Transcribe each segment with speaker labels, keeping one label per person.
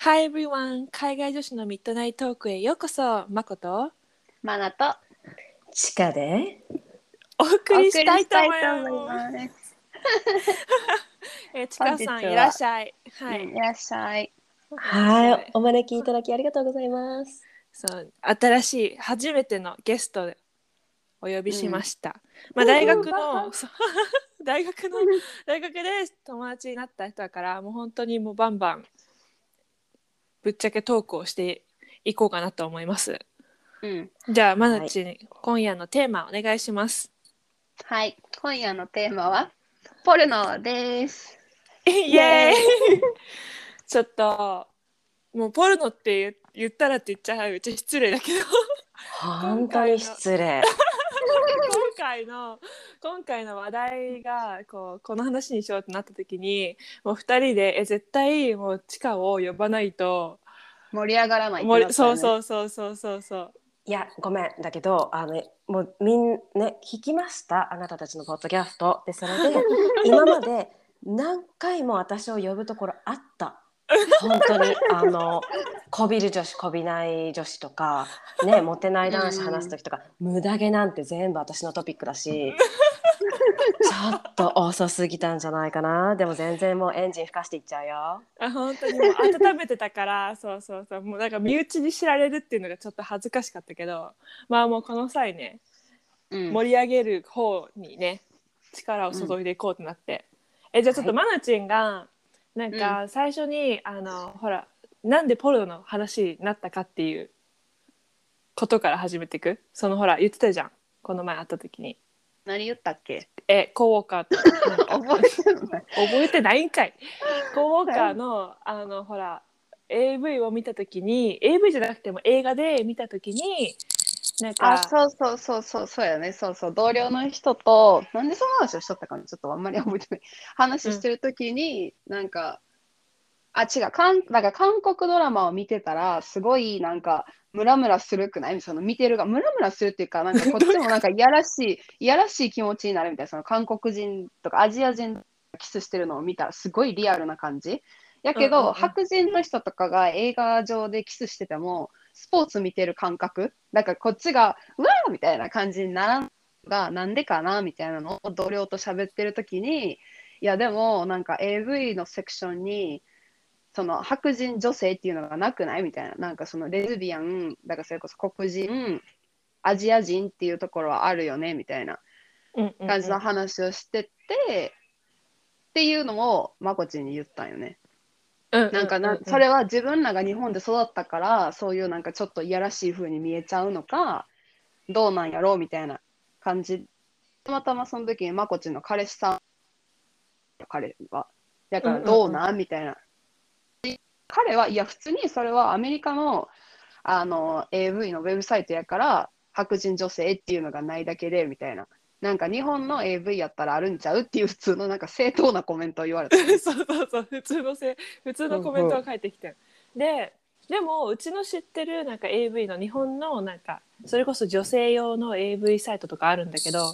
Speaker 1: Hi everyone! 海外女子のミッドナイトークへようこそまこと
Speaker 2: マナと
Speaker 3: 地下で
Speaker 1: お送
Speaker 2: お送
Speaker 1: り
Speaker 2: り
Speaker 1: し
Speaker 2: したた
Speaker 1: い
Speaker 2: い
Speaker 1: と
Speaker 2: と
Speaker 1: 思い
Speaker 2: 思い
Speaker 1: ます。
Speaker 2: ます。
Speaker 1: えー、ちかさ
Speaker 2: 本
Speaker 1: ん
Speaker 2: 日はい
Speaker 1: らっしゃい。は
Speaker 2: はい、
Speaker 1: い
Speaker 2: い。らっしゃい。
Speaker 3: はい、お招きいただきありがとうございます。
Speaker 1: そう新しい初めてのゲストでお呼びしました。まあ大学の そう大学の大学で友達になった人だからもう本当にもうバンバンぶっちゃけトークをしていこうかなと思います。
Speaker 2: うん、
Speaker 1: じゃあまなち、今夜のテーマお願いします。
Speaker 2: はい、今夜のテーマはポルノです。
Speaker 1: イエーイ ちょっともうポルノって言言ったらって言っちゃううち失礼だけど
Speaker 3: 本当に失礼。
Speaker 1: 今回の今回の話題がこうこの話にしようってなった時にもう二人でえ絶対もう地下を呼ばないと、
Speaker 2: 盛り上がらないって
Speaker 1: も
Speaker 2: なっ
Speaker 1: う
Speaker 2: たよ
Speaker 1: そ
Speaker 2: ね
Speaker 1: うそうそうそうそうそう
Speaker 3: いや、ごめん、だけど、あの、もう、みんね、聞きました、あなたたちのポッドキャスト。で、それで、今まで何回も私を呼ぶところあった。本当に、あの、こびる女子、こびない女子とか、ね、モテない男子話す時とか、無駄毛なんて全部私のトピックだし。ちょっと遅すぎたんじゃないかな、でも全然もうエンジン吹かしていっちゃうよ。
Speaker 1: あ本当にもう温めてたから そうそうそうもうなんか身内に知られるっていうのがちょっと恥ずかしかったけどまあもうこの際ね
Speaker 2: うん。
Speaker 1: 盛り上げる方にね力を注いでいこうってなって、えじゃあちょっと
Speaker 3: は
Speaker 1: まなちんがなんか最初に、あのほらなんでポルノの話になったかっていうことから始めていくそのほら言ってたじゃんこの前会った時に
Speaker 2: 何言ったっけ？
Speaker 1: えコウォーカーとなんか
Speaker 2: 覚えてない。
Speaker 1: 覚えてないんか いコウォーカーのあのほら AV を見た時に AV じゃなくても映画で見た時になんか
Speaker 2: あ、そうそうそうそうそうやね。そうそう同僚の人となんでその話をしとったかなちょっとあんまり覚えてない。話してる時に、なんか。あ違う韓だから韓国ドラマを見てたらすごいなんかムラムラするくないその見てるがムラムラするっていうかなんかこっちもなんかいやらしいいやらしい気持ちになるみたいなその韓国人とかアジア人がキスしてるのを見たらすごいリアルな感じやけど、
Speaker 1: うんうんうん
Speaker 2: 白人の人とかが映画上でキスしててもスポーツ見てる感覚なんかこっちがうわーみたいな感じにならんのがなんでかなみたいなのを同僚と喋ってる時にいやでもなんか AV のセクションにその白人女性っていうのがなくないみたいななんかそのレズビアンだからそれこそ黒人アジア人っていうところはあるよねみたいな
Speaker 1: うんうんうん
Speaker 2: 感じの話をしてて、っていうのをまこちんに言ったんよね。
Speaker 1: ううう
Speaker 2: なんかな、それは自分らが日本で育ったからそういうなんかちょっといやらしい風に見えちゃうのかどうなんやろうみたいな感じたまたまその時にまこちんの彼氏さん彼はだからどうなん,、みたいなで彼はいや普通にそれはアメリカのあの AV のウェブサイトやから白人女性っていうのがないだけでみたいななんか日本の AV やったらあるんちゃうっていう普通のなんか正当なコメントを言われ た
Speaker 1: そうそうそう普通のせ普通のコメントが返ってきて、ででもうちの知ってるなんか AV の日本のなんかそれこそ女性用の AV サイトとかあるんだけど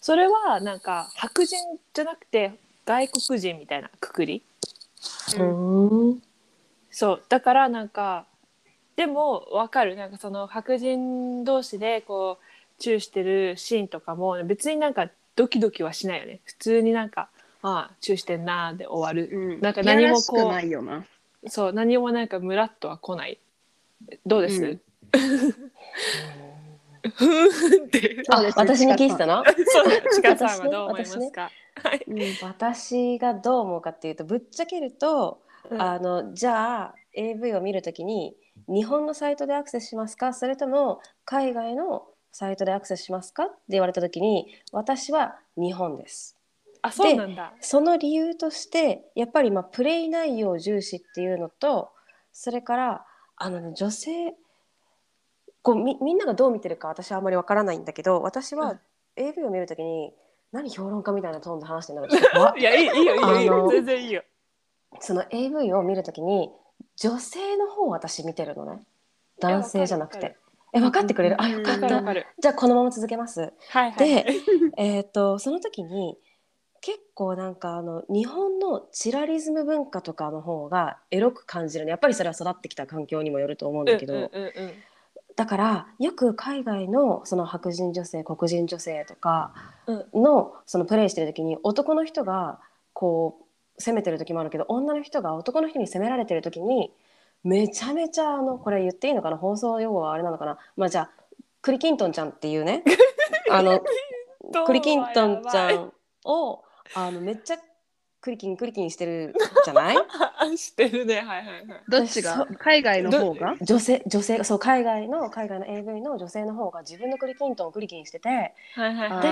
Speaker 1: それはなんか白人じゃなくて外国人みたいなくくり
Speaker 3: うん。
Speaker 1: そうだからなんかでもわかるなんかその白人同士でこうチューしてるシーンとかも別になんかドキドキはしないよね普通になんかああチューしてんなーで終わる
Speaker 2: うん
Speaker 1: なんか何もこう
Speaker 2: いやらしくないよな。
Speaker 1: そう何もなんかムラっとは来ないどうです、
Speaker 2: うん
Speaker 1: ふーんって
Speaker 2: そう
Speaker 3: あ
Speaker 2: です、
Speaker 3: 私に聞いてた
Speaker 2: の、
Speaker 3: の
Speaker 1: そうちかさんはどう思いますか、
Speaker 3: 私がどう思うかっていうとぶっちゃけると、
Speaker 1: うん
Speaker 3: あのじゃあ AV を見るときに日本のサイトでアクセスしますかそれとも海外のサイトでアクセスしますかって言われたときに私は日本です
Speaker 1: あそうなんだ
Speaker 3: その理由としてやっぱりまあプレイ内容重視っていうのとそれからあのね女性こうみみんながどう見てるか私はあんまりわからないんだけど私
Speaker 1: う
Speaker 3: は
Speaker 1: ん
Speaker 3: AV を見るときに何評論家みたいなトーンで話してるのがちょっと怖っ
Speaker 1: いやいいいいよいいよいい
Speaker 3: あ
Speaker 1: よ
Speaker 3: の
Speaker 1: 全然いいよ
Speaker 3: その AV を見るときに女性の方を私見てるのね男性じゃなく
Speaker 1: わか
Speaker 3: てえ分かってくれるあ
Speaker 2: うん
Speaker 3: よか
Speaker 1: わ
Speaker 3: っ
Speaker 1: かるわ
Speaker 3: た
Speaker 1: かる
Speaker 3: じゃあこのまま続けます
Speaker 1: はいはい
Speaker 3: でえっとその時に結構なんかあの日本のチラリズム文化とかの方がエロく感じるねやっぱりそれは育ってきた環境にもよると思うんだけど、
Speaker 1: うんうんうん
Speaker 3: だからよく海外のその白人女性黒人女性とかのそのプレイしてる時に男の人がこう攻めてる時もあるけど女の人が男の人に攻められてる時にめちゃめちゃあのこれ言っていいのかな放送用語はあれなのかなまあじゃあクリキントンちゃんってい うねあの
Speaker 1: うん
Speaker 3: クリキントンちゃ
Speaker 1: やばい
Speaker 3: んをあのめっちゃクリキンクリキンしてるじゃない
Speaker 1: あしてるねはいはいはい
Speaker 2: どっちが
Speaker 3: そ
Speaker 2: 海外の方が
Speaker 3: 女性女性そう海外の海外の AV の女性の方が自分のクリキントンをクリキンしてて。
Speaker 1: はいはい
Speaker 2: あ
Speaker 1: はい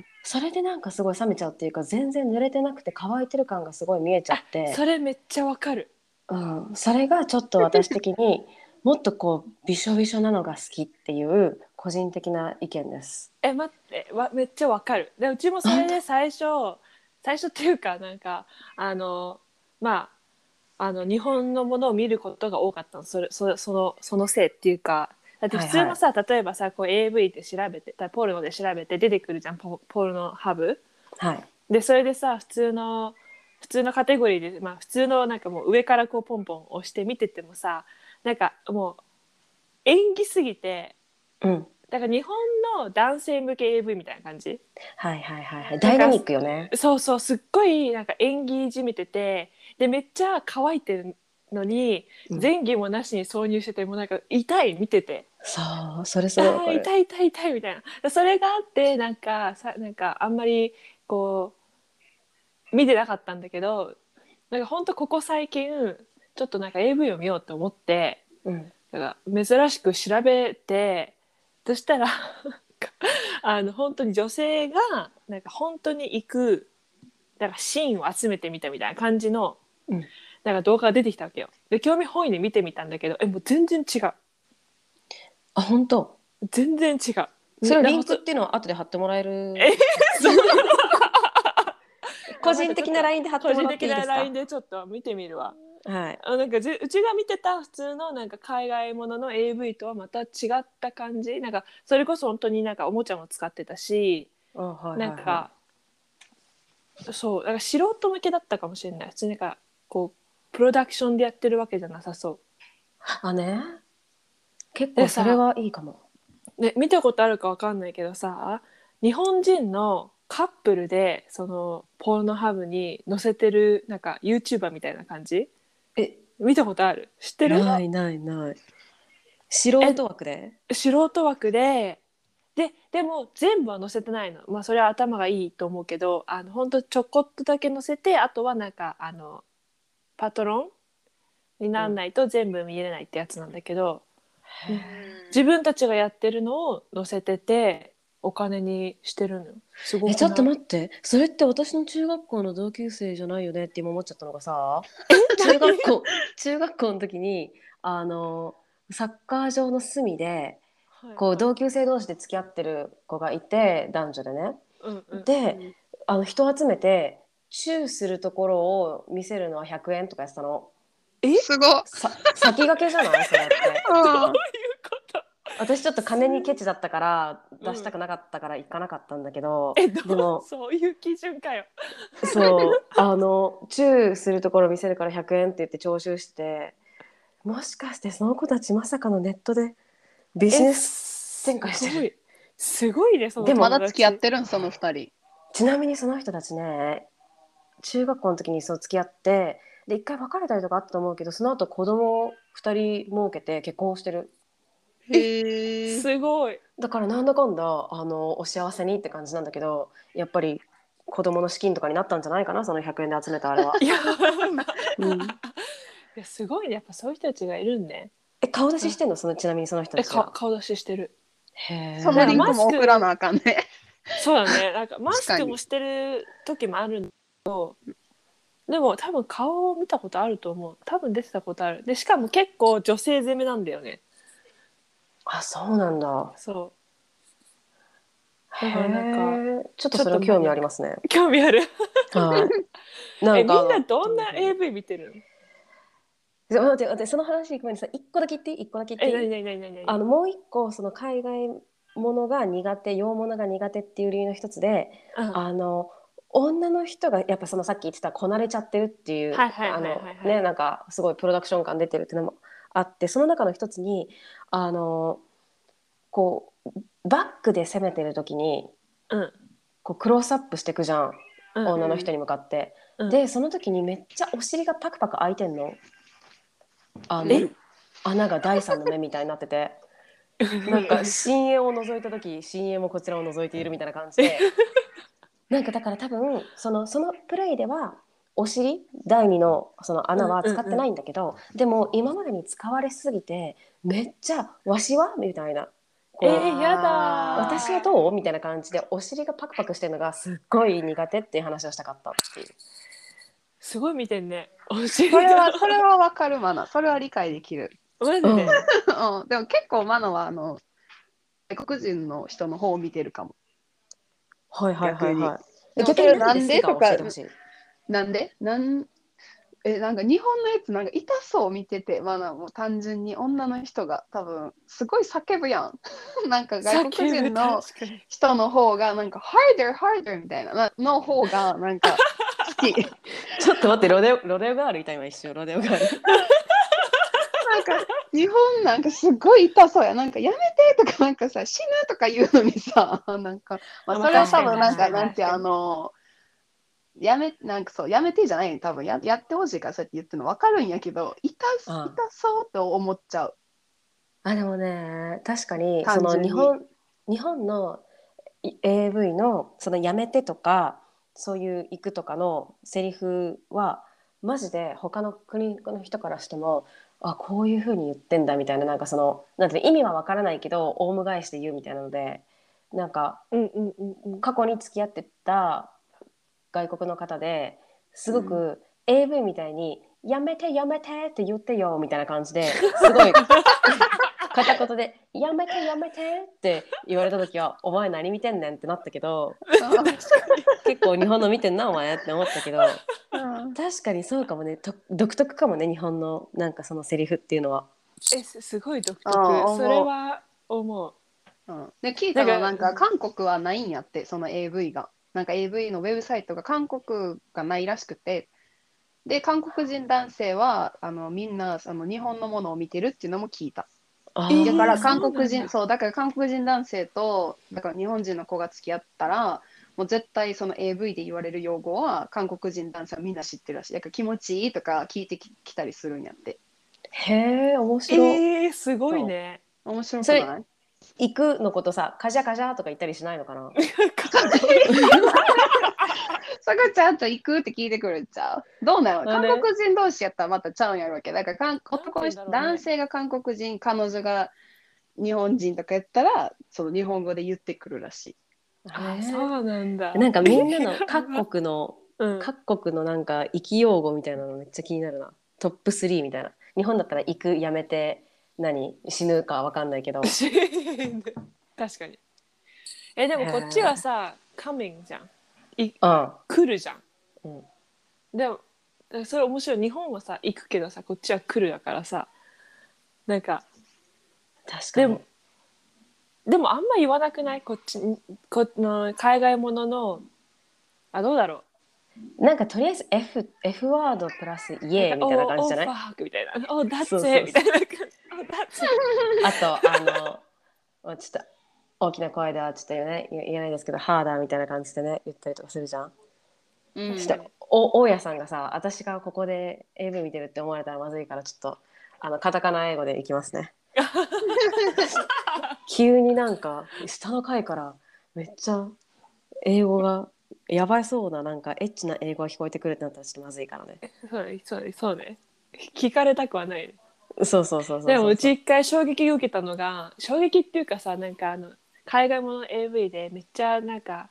Speaker 2: ー
Speaker 3: それでなんかすごい冷めちゃうっていうか全然濡れてなくて乾いてる感がすごい見えちゃって
Speaker 1: それめっちゃわかる
Speaker 3: うん、それがちょっと私的 にもっとこうびしょびしょなのが好きっていう個人的な意見です。
Speaker 1: え待ってわめっちゃわかるでうちもそれで最初最初っていうかなんかあのまああの日本のものを見ることが多かったのそれそそのそのせいっていうかだって普通のさ、例えばさこう AV で調べてポルノで調べて出てくるじゃんポポルノハブ
Speaker 3: はい、
Speaker 1: でそれでさ普通の普通のカテゴリーで、まあ、普通のなんかもう上からこうポンポン押して見ててもさなんかもう演技すぎて
Speaker 3: うん、
Speaker 1: だから日本の男性向け AV みたいな感じ
Speaker 3: はいはいはいはいダイナミックよね。
Speaker 1: そうそうすっごいなんか演技じみててでめっちゃ乾いてるのに
Speaker 3: うん
Speaker 1: 前技もなしに挿入しててもうなんか痛い見てて。
Speaker 3: そうそれす
Speaker 1: あ
Speaker 3: ごい
Speaker 1: ー
Speaker 3: わか
Speaker 1: 痛
Speaker 3: る
Speaker 1: い痛い痛いみたいなそれがあってなんかさなんかあんまりこう見てなかったんだけどなんかほんとここ最近ちょっとなんか AV を見ようと思って
Speaker 3: うん
Speaker 1: なんか珍しく調べてそしたらあの本当に女性がなんか本当に行くなんかシーンを集めてみたみたいな感じの、
Speaker 3: うん
Speaker 1: なんか動画が出てきたわけよ。で興味本位で見てみたんだけどえもう全然違う
Speaker 3: あ本当
Speaker 1: 全然違う。
Speaker 3: そ
Speaker 1: なん
Speaker 3: れ
Speaker 1: か
Speaker 3: リンクっていうのは後で貼ってもらえる
Speaker 1: えそう
Speaker 3: 個人的なラインで貼っ
Speaker 1: 個
Speaker 3: ても
Speaker 1: 人
Speaker 3: らってい
Speaker 1: 的
Speaker 3: いで
Speaker 1: な
Speaker 3: すか
Speaker 1: LINE でちょっと見てみるわ
Speaker 3: はい
Speaker 1: あなんかぜうちが見てた普通のなんか海外ものの AV とはまた違った感じなんかそれこそ本当になんかおもちゃも使ってたし
Speaker 3: あはいはいはい
Speaker 1: なんかそうなんか素人向けだったかもしれない普通になんかこうプロダクションでやってるわけじゃなさそ
Speaker 3: あね結構それはいいかも。
Speaker 1: う、ね、見たことあるかわかんないけどさ日本人のカップルでそのポーノハブに載せてるなんか YouTuber みたいな感じ
Speaker 3: え
Speaker 1: 見たことある知ってる
Speaker 3: ないないない素人枠で
Speaker 1: 素人枠でででも全部は載せてないの、まあ、それは頭がいいと思うけどあの本当ちょこっとだけ載せてあとはなんかあのパトロンにならないと全部見れないってやつなんだけど、
Speaker 3: へ
Speaker 1: 自分たちがやってるのを載せててお金にしてるのよすごく
Speaker 3: え
Speaker 1: ない
Speaker 3: ちょっと待ってそれって私の中学校の同級生じゃないよねって今思っちゃったのがさ 中学校中学校の時にあのサッカー場の隅で
Speaker 1: はい
Speaker 3: こう同級生同士で付き合ってる子がいて男女でね
Speaker 1: うんうん
Speaker 3: であの人集めてチューするところを見せるのは100円とかやってたの
Speaker 2: すごい。
Speaker 3: さ先駆けじ ゃないそれって
Speaker 2: うん
Speaker 3: 私ちょっと金にケチだったから出したくなかったから行かなかったんだけど、
Speaker 1: え
Speaker 3: で
Speaker 1: どう
Speaker 3: も
Speaker 1: そういう基準かよ
Speaker 3: そうあのチューするところ見せるから100円って言って徴収してもしかしてその子たちまさかのネットでビジネス展開してる
Speaker 1: るすごいすごいねその
Speaker 3: でも
Speaker 2: ま
Speaker 1: 友達
Speaker 2: だ付き合ってるんその二人。
Speaker 3: ちなみにその人たちね中学校の時にそう付き合ってで一回別れたりとかあったと思うけどその後子供2人設けて結婚してる
Speaker 2: へえ。
Speaker 1: すごい
Speaker 3: だからなんだかんだあのお幸せにって感じなんだけどやっぱり子供の資金とかになったんじゃないかなその100円で集めたあれは
Speaker 1: いや
Speaker 2: うん
Speaker 1: いやすごいねやっぱそういう人たちがいるんね。
Speaker 3: え顔出ししてんのそのちなみにその人
Speaker 1: え
Speaker 3: たち
Speaker 1: か
Speaker 3: は
Speaker 1: 顔出ししてる。
Speaker 3: へえ
Speaker 2: そのリンクも送らなあかんね。
Speaker 1: そうだね。なんかマスク
Speaker 2: 確か
Speaker 1: も
Speaker 2: に
Speaker 1: してる時もあるんだけど、でも多分顔を見たことあると思う。多分出てたことある。でしかも結構女性攻めなんだよね。
Speaker 3: あそうなんだ
Speaker 1: そ
Speaker 3: へ
Speaker 1: だからな
Speaker 3: えちょっとそれは興味ありますね
Speaker 1: う。興味ある。
Speaker 3: はい な
Speaker 1: えみ
Speaker 3: ん
Speaker 1: ん
Speaker 3: か
Speaker 1: などんな AV 見てるの？
Speaker 3: ちょ待って待ってその話行く前にさ一個だけ言っていい一個だけ言
Speaker 1: え
Speaker 3: ってい
Speaker 1: 何
Speaker 3: い
Speaker 1: 何何何何？
Speaker 3: あのもう一個その海外ものが苦手洋物が苦手っていう理由の一つで
Speaker 1: うん
Speaker 3: あの女の人がやっぱそのさっき言ってたこなれちゃってるっていう
Speaker 1: はい
Speaker 3: あ
Speaker 1: はいはいはいはい
Speaker 3: のねなんかすごいプロダクション感出てるっていうのもあってその中の一つにあのこうバックで攻めてる時に
Speaker 1: うん
Speaker 3: こうクロスアップしていくじゃん
Speaker 1: うん
Speaker 3: 女の人に向かって。
Speaker 1: うん
Speaker 3: でその時にめっちゃお尻がパクパク開いてんの。あの
Speaker 1: え
Speaker 3: 穴が第三の目みたいになっ てて。なんか深淵を覗いた時深淵もこちらを覗いているみたいな感じ でなんかだから多分そのそのプレイではお尻第二のその穴は使ってないんだけど、でも今までに使われすぎてめっちゃ「わしは?」みたいな「こ
Speaker 1: え
Speaker 3: う
Speaker 1: ー、やだー
Speaker 3: 私はどう?」みたいな感じでお尻がパクパクしてるのがすっごい苦手っていう話をしたかったっていう。
Speaker 1: すごい見てんねお尻
Speaker 2: これは、これはわかるマナ。それは理解できる。
Speaker 1: マジで、
Speaker 3: うん
Speaker 2: うん、でも結構マナは、あの、外国人の人の方を見てるかも。
Speaker 3: はいはいはいはい。
Speaker 2: 逆に
Speaker 3: なんです教えてほしい
Speaker 2: なんでなんえなんか日本のやつなんか痛そう見ててまだもう単純に女の人が多分すごい叫ぶやん なんか外国人 の
Speaker 1: 叫ぶ確かに
Speaker 2: 人の方がなんか「harder harder」みたいななの方がなんか好き
Speaker 3: ちょっと待ってロデオロデオガールいた今一瞬ロデオガール。
Speaker 2: なんか日本なんかすごい痛そうやなんか「やめて」とかなんかさ「死ぬ」とか言うのにさ なんか、まあ、
Speaker 1: あ
Speaker 2: それは多
Speaker 1: まあ
Speaker 2: 分なんか
Speaker 1: 確かに確かに
Speaker 2: なんていうあのやめなんかそうやめてじゃない多分ややってほしいからそうやって言ってるの分かるんやけど痛す
Speaker 3: うん
Speaker 2: 痛そうと思っち ゃう。
Speaker 3: あでもね確かに
Speaker 2: 単
Speaker 3: そ
Speaker 2: 純に
Speaker 3: の日本日本のい AV のそのやめてとかそういう行くとかのセリフはマジで他の国の人からしてもあこういう風に言ってんだみたいななんかそのなんていうの意味はわからないけどオウム返しで言うみたいなのでなんか
Speaker 1: うんうんうんうん
Speaker 3: 過去に付き合ってた外国の方ですごく AV みたいに「やめてやめて」って言ってよみたいな感じですごい片言で「やめてやめて」って言われた時は「お前何見てんねん」ってなったけど結構日本の見てんなお前って思ったけど
Speaker 2: うん
Speaker 3: 確かにそうかもねと独特かもね日本のなんかそのセリフっていうのは。
Speaker 1: えすすごい独特
Speaker 2: あー思う
Speaker 1: それは思う
Speaker 2: うんで聞いたのは
Speaker 1: な
Speaker 2: なんん
Speaker 1: か
Speaker 2: か韓国はないんやってその AV がなんか AV のウェブサイトが韓国がないらしくてで韓国人男性はあのみんなあの日本のものを見てるっていうのも聞いた
Speaker 3: あ
Speaker 1: えー
Speaker 2: だ
Speaker 3: ー
Speaker 2: から
Speaker 1: そうなん
Speaker 2: 韓
Speaker 1: だ
Speaker 2: 国人そうだから韓国人男性とだから日本人の子が付き合ったらもう絶対その AV で言われる用語は韓国人男性はみんな知ってるらしいだから気持ちいいとか聞いてききたりするんやって
Speaker 3: へえ面白い、
Speaker 1: えー、すごいね
Speaker 2: 面白くない
Speaker 3: 行くのことさ「カジャカジャ」とか言ったりしないのかな
Speaker 2: そこちゃんと行くって聞いてくるんちゃうどうなの
Speaker 3: なん
Speaker 2: 韓
Speaker 3: で
Speaker 2: 国人同士やったらまたちゃうんやろうけどだから韓男の人、
Speaker 1: なんなんだろうね
Speaker 2: 男性が韓国人彼女が日本人とかやったらその日本語で言ってくるらしい。
Speaker 1: あ
Speaker 3: へー
Speaker 1: そうなんだ
Speaker 3: なんかみんなの各国の
Speaker 1: うん
Speaker 3: 各国のなんか生き用語みたいなのめっちゃ気になるなトップ3みたいな日本だったら行くやめて何死ぬかわかんないけど
Speaker 1: 確かにえでもこっちはさ「coming」じゃん
Speaker 3: うん
Speaker 1: 来るじゃん、
Speaker 3: うん
Speaker 1: でもそれ面白い日本はさ行くけどさこっちは来るだからさなんか
Speaker 3: 確か
Speaker 1: で
Speaker 3: に
Speaker 1: もでもあんま言わなくないこっちこの海外もののあどうだろ
Speaker 3: なんかとりあえず F, F ワードプラス「イ
Speaker 1: う
Speaker 3: エー」みたいな感じじゃない
Speaker 1: おおファークみたいな「おだっ
Speaker 3: そ
Speaker 1: つ」
Speaker 3: うそうそう
Speaker 1: み たいな感じ「おだっつ」
Speaker 3: あとあのまあちょっと大きな声だちょっと言えない言えないですけど「ハーダー」みたいな感じでね言ったりとかするじゃん
Speaker 2: うん
Speaker 3: ちょっとお大家さんがさ私がここで AV 見てるって思われたらまずいからちょっとあのカタカナ英語でいきますね急になんか下の階からめっちゃ英語がやばいそうななんかエッチな英語が聞こえてくるってなったらちょっとまずいからね
Speaker 1: そうねそうねそうね聞かれたくはないね
Speaker 3: そうそうそうそうそう
Speaker 1: でもうち一回衝撃を受けたのが衝撃っていうかさなんかあの海外もの AV でめっちゃなんか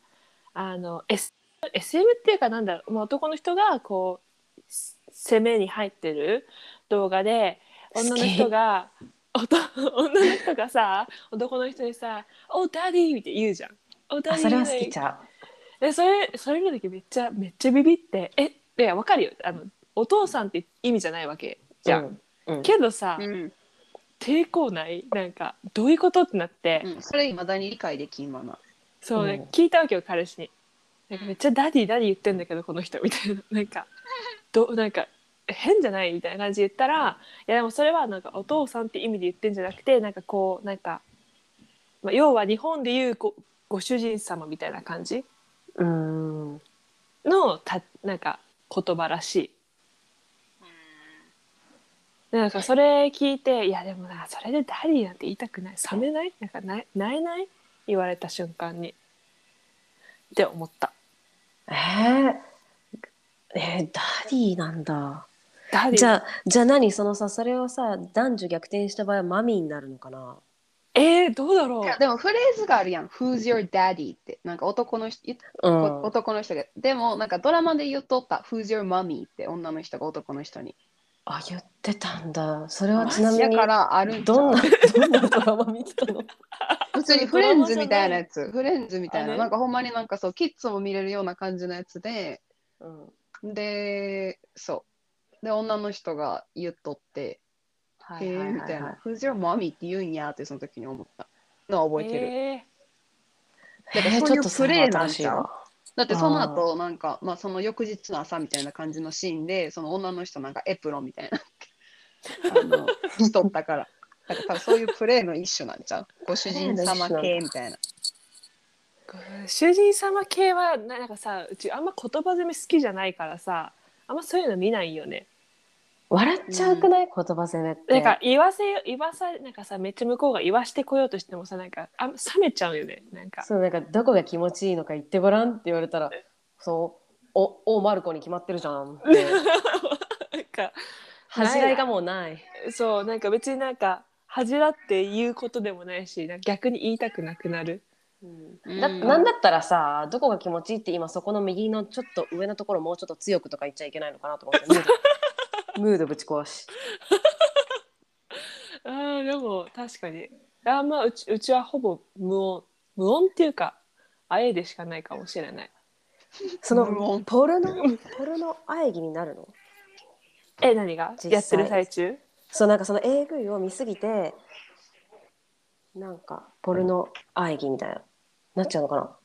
Speaker 1: あの、S、SM っていうかなんだろう、まあ、男の人がこうせ攻めに入ってる動画で女の人がおと女の人がさ男の人にさ「おダディ!」って言うじゃん。おダ
Speaker 3: あ
Speaker 1: ディ
Speaker 3: それは好きちゃ
Speaker 1: でそれそれ見た時めっちゃめっちゃビビってえいやわかるよあのお父さんって意味じゃないわけじゃん。
Speaker 3: う、うん、
Speaker 1: けどさ、
Speaker 2: うん
Speaker 1: 抵抗ないなんかどういうことってなって、
Speaker 2: うん、それいまだに理解できんまな。
Speaker 1: そうね、
Speaker 3: うん
Speaker 1: 聞いたわけよ彼氏になんかめっちゃダディダディ言ってんだけどこの人みたいな なんかどなんか変じゃないみたいな感じで言ったらいやでもそれはなんかお父さんって意味で言ってんじゃなくてなんかこうなんか、まあ、要は日本でいうごご主人様みたいな感じ
Speaker 3: うん。
Speaker 1: のたなんか言葉らしい。でなんかそれ聞いて「いやでもなそれでダディなんて言いたくない冷めないなんかないないない?」言われた瞬間にって思った
Speaker 3: えー、えー、ダディなんだ。
Speaker 1: ダディ
Speaker 3: じゃあ、じゃあ何そのさ、それをさ、男女逆転した場合はマミーになるのかな
Speaker 1: えー、どうだろ
Speaker 2: いうやでもフレーズがあるやん「Who's your daddy?」ってなんか男の人
Speaker 3: うん。
Speaker 2: 男の人がでもなんかドラマで言っとった「Who's your mommy?」って女の人が男の人に
Speaker 3: あ、言ってたんだ。それはちなみ
Speaker 2: や
Speaker 3: に
Speaker 2: か、らあるんちゃう
Speaker 3: どん な、どんなドラマ見てたの
Speaker 2: 普通にフレンズみたいなやつフレンズみたい
Speaker 1: あ
Speaker 2: な
Speaker 1: れ
Speaker 2: なんかほんまになんかそうキッズも見れるような感じのやつで
Speaker 3: うん。
Speaker 2: でそうで女の人が言っとって「
Speaker 3: は
Speaker 2: へえ
Speaker 3: いはいはい、は
Speaker 2: み
Speaker 3: い
Speaker 2: たいな「Who's your mommy?」って言うんやってその時に思ったのは覚えてる、
Speaker 1: え
Speaker 2: だから
Speaker 3: えー
Speaker 2: そういうプレイなん
Speaker 3: ち
Speaker 2: ち
Speaker 3: ょ
Speaker 2: ゃう
Speaker 3: っとわ
Speaker 2: だってその後なんかまあその翌日の朝みたいな感じのシーンでその女の人なんかエプロンみたいなあのしとったからだから多分そういうプレイの一種なんちゃうご主人様系みたいな
Speaker 1: ー主人様系はななんかさうちあんま言葉攻め好きじゃないからさあんまそういうの見ないよね。
Speaker 3: 笑っちゃうくない、言葉攻めって。
Speaker 1: なんか言わせ言わさなんかさめっちゃ向こうが言わしてこようとしてもさなんかあ冷めちゃうよねなんか。
Speaker 3: そうなんかどこが気持ちいいのか言ってごらんって言われたらそうおおマルコに決まってるじゃんって
Speaker 1: なんか
Speaker 3: 恥じらいがもうない
Speaker 1: そうなんか別になんか恥じらって言うことでもないしなんか逆に言いたくなくなる。
Speaker 3: だなんだったらさどこが気持ちいいって今そこの右のちょっと上のところもうちょっと強くとか言っちゃいけないのかなと思ってムードムードぶち壊し
Speaker 1: あーでも確かにあんまうちうちはほぼ無音無音っていうかあえでしかないかもしれない。
Speaker 3: そ
Speaker 2: 無音
Speaker 3: のポルノポルノ喘ぎになるの
Speaker 1: え何が
Speaker 3: 実際
Speaker 1: やってる最中
Speaker 3: そうなんかその AV を見すぎてなんかポルノ喘ぎみたいななっちゃうのか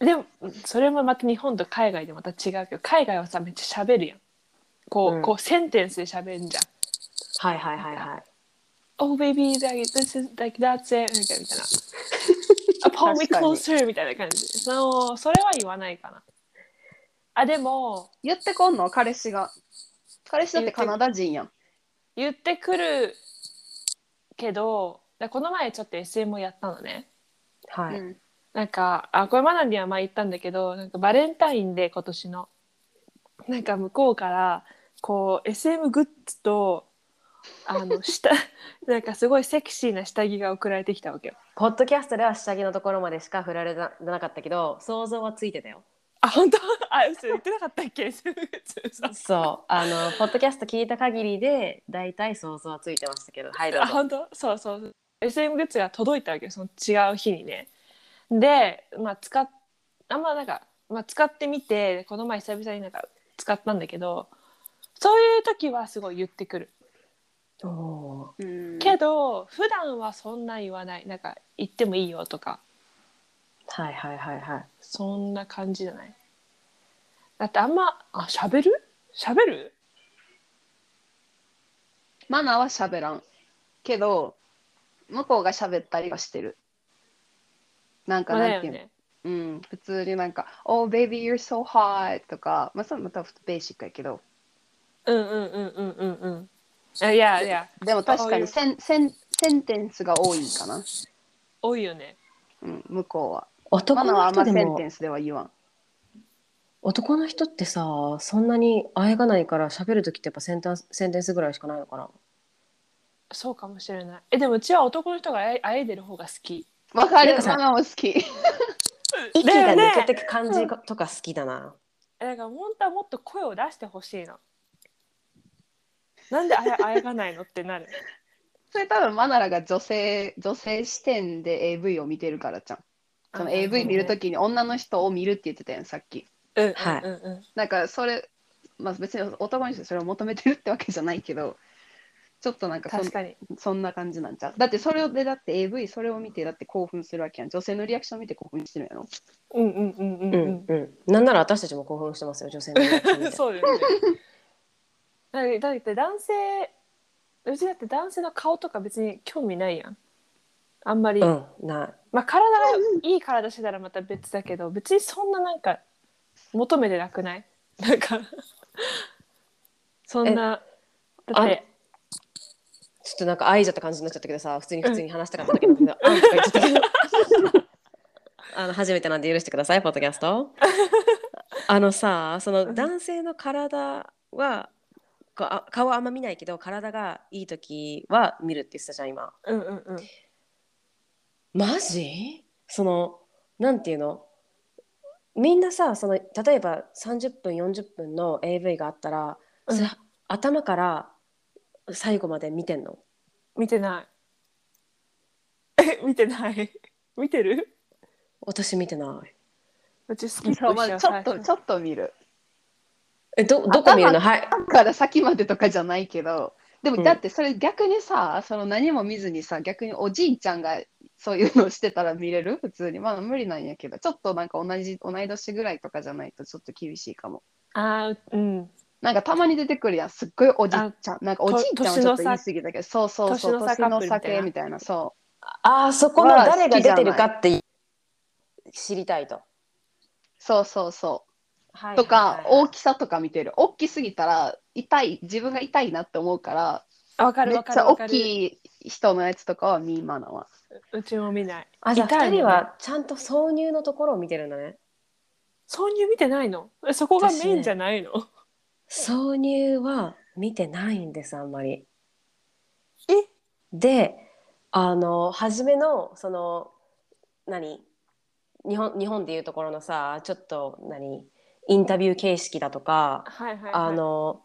Speaker 3: な
Speaker 1: でもそれもまた日本と海外でまた違うけど海外はさめっちゃ喋るやんこう,、
Speaker 3: うん
Speaker 1: こうセンテンスで喋るじゃん
Speaker 3: はいはいはいはい
Speaker 1: 「Oh baby that- this is like that's it」み たいなみたいな「Pull me
Speaker 2: 確かに
Speaker 1: closer」みたいな感じそうそれは言わないかなあでも
Speaker 2: 言ってこんの彼氏が彼氏だってカナダ人やん
Speaker 1: 言ってくるけどだこの前ちょっと SM をやったのね
Speaker 3: はい、
Speaker 2: うん
Speaker 1: なんかあこれマナには前言ったんだけどなんかバレンタインで今年のなんか向こうからこう SM グッズとあの下 なんかすごいセクシーな下着が送られてきたわけよ。
Speaker 3: ポッドキャストでは下着のところまでしか振られななかったけど想像はついてたよ
Speaker 1: あ本当 あ嘘言ってなかったっけ SM グッズそう
Speaker 3: そうあのポッドキャスト聞いた限りで大体想像はついてましたけどはいどう
Speaker 1: あ
Speaker 3: ぞ
Speaker 1: 本当そうそう SM グッズが届いたわけよその違う日にね。で、まあ、使っあんまなんか、まあ、使ってみてこの前久々になんか使ったんだけどそういう時はすごい言ってくる。
Speaker 3: お
Speaker 2: うん
Speaker 1: けど普段はそんな言わないなんか言ってもいいよとか
Speaker 3: ーはいはいはいはい
Speaker 1: そんな感じじゃないだってあんまあ喋る喋る
Speaker 2: マナは喋らんけど向こうが喋ったりはしてるなんか
Speaker 1: まあ
Speaker 2: な
Speaker 1: だ
Speaker 2: ん
Speaker 1: よ
Speaker 2: ていうの、
Speaker 1: ね
Speaker 2: うん、普通になんか「Oh baby you're so hot」とかまあそれまたベーシックやけど
Speaker 1: うんうんうんうんうんうんあいやいや
Speaker 2: でも確かに
Speaker 1: そ
Speaker 2: センセンセンテンスが多いんかな、
Speaker 1: 多いよね
Speaker 2: うん、向こうはマ
Speaker 3: 男
Speaker 2: ナは
Speaker 3: の
Speaker 2: あんま
Speaker 3: 人で
Speaker 2: セン
Speaker 3: も
Speaker 2: テンスでは言わん
Speaker 3: 男の人ってさそんなにあえがないから喋る時ってやっぱセンタンスセンテンスぐらいしかないのかな
Speaker 1: そうかもしれないえでもうちは男の人があえあえいでる方が好き
Speaker 2: わか
Speaker 3: なん
Speaker 2: る
Speaker 3: かさ
Speaker 2: マナも好き
Speaker 3: 息が
Speaker 1: だよね
Speaker 3: 抜けてく感じとか好きだな、
Speaker 1: えだから本当はもっと声を出してほしいのなんであや あえがないのってなる
Speaker 2: それ多分マナらが女性女性視点で AV を見てるからじゃんその AV 見るときに女の人を見るって言ってたやんさっき
Speaker 1: うんうん
Speaker 3: は
Speaker 1: う
Speaker 3: い
Speaker 1: んうん
Speaker 2: なんかそれ、まあ、別に男の人にそれを求めてるってわけじゃないけどちょっとなんかそん
Speaker 1: 確かに
Speaker 2: そんな感じなんじゃうだってそれでだって AV それを見てだって興奮するわけやん女性のリアクション見て興奮してるやろ
Speaker 1: うんうんうんうん
Speaker 3: う
Speaker 1: うん
Speaker 3: んうん、なんなら私たちも興奮してますよ女性のリアクション見て
Speaker 1: そうですね。だだって男性うちだって男性の顔とか別に興味ないやん。あんまり、
Speaker 3: うんない
Speaker 1: まあ体がいい体してたらまた別だけど別にそんななんか求めてなくない なんかそんなだって
Speaker 3: ちょっとなんか愛じゃった感じになっちゃったけどさ普通に普通に話したかっただけなんだけど、あんとか言っちゃったけど あの初めてなんで許してくださいポッドキャストあのさその男性の体はこうあ顔はあんま見ないけど体がいい時は見るって言ってたじゃん今
Speaker 1: うんうんうん
Speaker 3: マジそのなんていうのみんなさその例えば30分40分の AV があったら、
Speaker 1: うん
Speaker 3: それ頭から最後まで見てんの
Speaker 1: 見てない え見てない見てる
Speaker 3: 私見てないう
Speaker 1: ち好き
Speaker 2: そう、まあ、ちょっとちょっと見る
Speaker 3: えどどこ見るの
Speaker 2: 頭
Speaker 3: はい
Speaker 2: だから先までとかじゃないけどで
Speaker 3: う
Speaker 2: も
Speaker 3: ん
Speaker 2: だってそれ逆にさ、その何も見ずにさ逆におじいちゃんがそういうのをしてたら見れる普通にまあ無理なんやけどちょっとなんか同じ同い年ぐらいとかじゃないとちょっと厳しいかも
Speaker 1: ああうん
Speaker 2: なんかたまに出てくるやんすっごいおじいちゃんなんかおじいちゃんはちょっと言い過ぎだけどそうそうそう
Speaker 1: 年の差
Speaker 2: 年の差
Speaker 1: カップルみたい
Speaker 2: 系
Speaker 1: な
Speaker 2: みたいなそう
Speaker 3: あーそこの誰が出てるかって知りたいと。
Speaker 2: そうそうそ
Speaker 3: は
Speaker 2: う。
Speaker 3: い
Speaker 2: とか、
Speaker 3: はいはい
Speaker 2: 大きさとか見てる。大きすぎたら、痛い、自分が痛いなって思うから、
Speaker 1: わかる
Speaker 2: めっ
Speaker 1: わか
Speaker 2: ち
Speaker 1: る
Speaker 2: ゃ
Speaker 1: わ
Speaker 2: 大
Speaker 1: かる
Speaker 2: きい人のやつとかは見今のは。
Speaker 1: うちも見ない
Speaker 3: あじゃあ
Speaker 1: 痛い
Speaker 3: 2
Speaker 1: のね
Speaker 3: 人はちゃんと挿入のところを見てるんだね。
Speaker 1: 挿入見てないのえそこがメインじゃないの、
Speaker 3: 挿入は見てないんですあんまり。
Speaker 1: え
Speaker 3: であの初めのその何日本日本でいうところのさちょっと何インタビュー形式だとか
Speaker 1: はいはい、はい、
Speaker 3: あの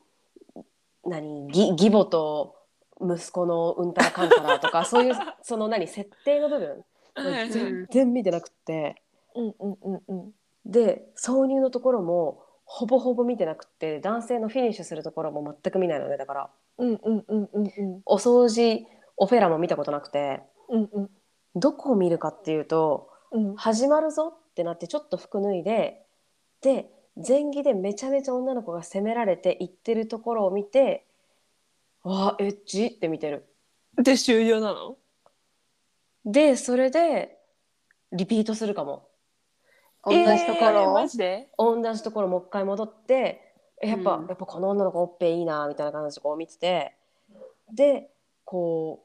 Speaker 3: 何義義母と息子のうんたらかんたらとかそういうその何設定の部分
Speaker 1: はい
Speaker 3: 全然見てなくって
Speaker 1: うんうんうんうん
Speaker 3: で挿入のところもほぼほぼ見てなくって男性のフィニッシュするところも全く見ないのねだから
Speaker 1: うんうんうんうんうん
Speaker 3: お掃除オフェラも見たことなくて
Speaker 1: うんうん
Speaker 3: どこを見るかっていうと
Speaker 1: うん
Speaker 3: 始まるぞってなってちょっと服脱いでで前着でめちゃめちゃ女の子が責められて行ってるところを見てわあエッチって見てる
Speaker 1: で終了なの
Speaker 3: でそれでリピートするかも
Speaker 2: 同じとこ
Speaker 1: えー
Speaker 2: ろを
Speaker 1: マ。ジで
Speaker 3: 同じところもう一回戻ってえやっぱ、
Speaker 2: うん
Speaker 3: やっぱこの女の子おっぺいいなみたいな感じでこう見ててでこ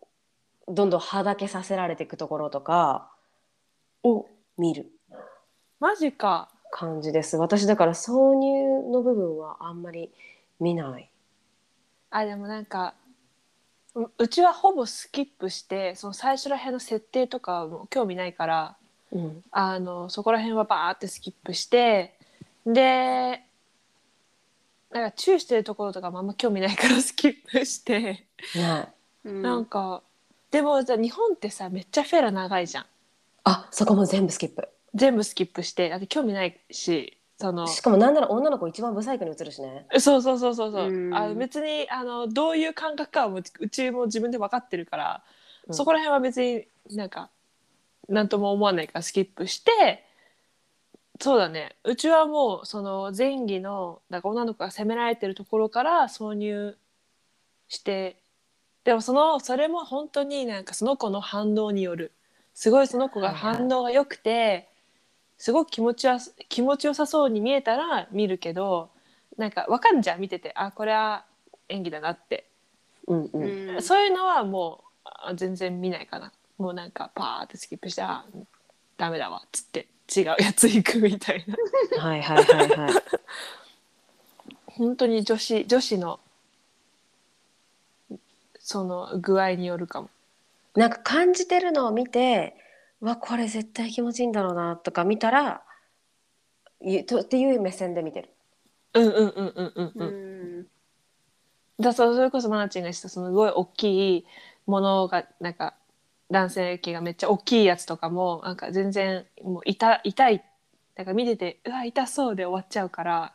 Speaker 3: うどんどんはだけさせられていくところとかを見る
Speaker 1: マジか
Speaker 3: 感じです私だから挿入の部分はあんまり見ない
Speaker 1: あでもなんかううちはほぼスキップしてその最初ら辺の設定とかはもう興味ないから
Speaker 3: うん
Speaker 1: あのそこら辺はバーってスキップしてでなんかチューしてるところとかもあんま興味ないからスキップして、
Speaker 3: ない
Speaker 2: うん
Speaker 1: なんかでもじゃあ日本ってさめっちゃフェラ長いじゃん
Speaker 3: あそこも全部スキップ
Speaker 1: 全部スキップしてだって興味ないしその
Speaker 3: しかもなんなら女の子一番ブサイクに映るしね
Speaker 1: そうそうそうそうそう
Speaker 2: うん
Speaker 1: あの別にあのどういう感覚かはもううちも自分で分かってるから、
Speaker 3: うん
Speaker 1: そこら辺は別になんか何とも思わないからスキップしてそうだねうちはもうその前儀のなんか女の子が責められてるところから挿入してでもそのそれも本当になんかその子の反応によるすごいその子が反応が良くて、すごく気持ちは気持ちよさそうに見えたら見るけどなんかわかんじゃん見ててあこれは演技だなって、
Speaker 3: うんうん、
Speaker 2: うん
Speaker 1: そういうのはもうあ全然見ないかなもうなんかパーってスキップしてあダメだわっつって違うやつ行くみたいな
Speaker 3: はいはいはいはい
Speaker 1: 本当に女子女子のその具合によるかも
Speaker 3: なんか感じてるのを見てうわこれ絶対気持ちいいんだろうなとか見たらゆとっていう目線で見てる
Speaker 1: うんうんうんうんうんう
Speaker 2: うんん
Speaker 1: だそうそれこそマナチンが言ってたそのすごい大きいものがなんか男性器がめっちゃ大きいやつとかもなんか全然もう痛痛いなんか見ててうわ痛そうで終わっちゃうから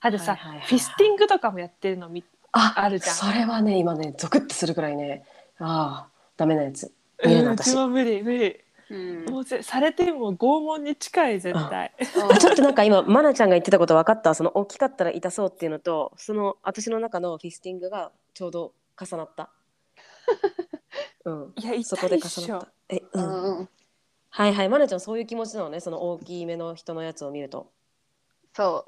Speaker 1: あとさ、
Speaker 3: はいはいはいはい
Speaker 1: フィスティングとかもやってるの見
Speaker 3: あ
Speaker 1: あるじゃん
Speaker 3: それはね今ねゾクッとするくらいねああダメなやつ見るの
Speaker 1: うんうち
Speaker 3: 私
Speaker 1: も無理無理
Speaker 2: うん
Speaker 1: もうぜされても拷問に近い絶対
Speaker 3: あちょっとなんか今マナちゃんが言ってたこと分かったその大きかったら痛そうっていうのとその私の中のフィスティングがちょうど重な った、うん、
Speaker 1: いや痛いっしょ
Speaker 3: そこで重なったえ、う、
Speaker 2: うんんうん
Speaker 3: はいはいマナちゃんそういう気持ちなのねその大きめの人のやつを見ると
Speaker 2: そ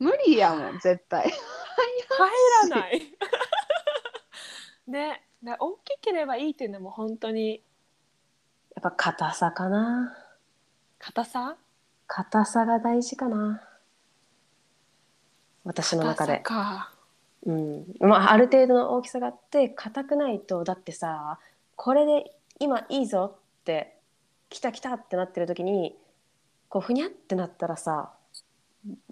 Speaker 2: う無理やもん絶対
Speaker 1: 入らない ねだ大きければいいっていうのも本当に
Speaker 3: やっぱ硬さかな
Speaker 1: 硬さ
Speaker 3: 硬さが大事かな私の中
Speaker 1: 硬さ
Speaker 3: で、
Speaker 1: か
Speaker 3: うんまあ、ある程度の大きさがあって硬くないとだってさこれで今いいぞって来た来たってなってる時にこうふにゃってなったらさ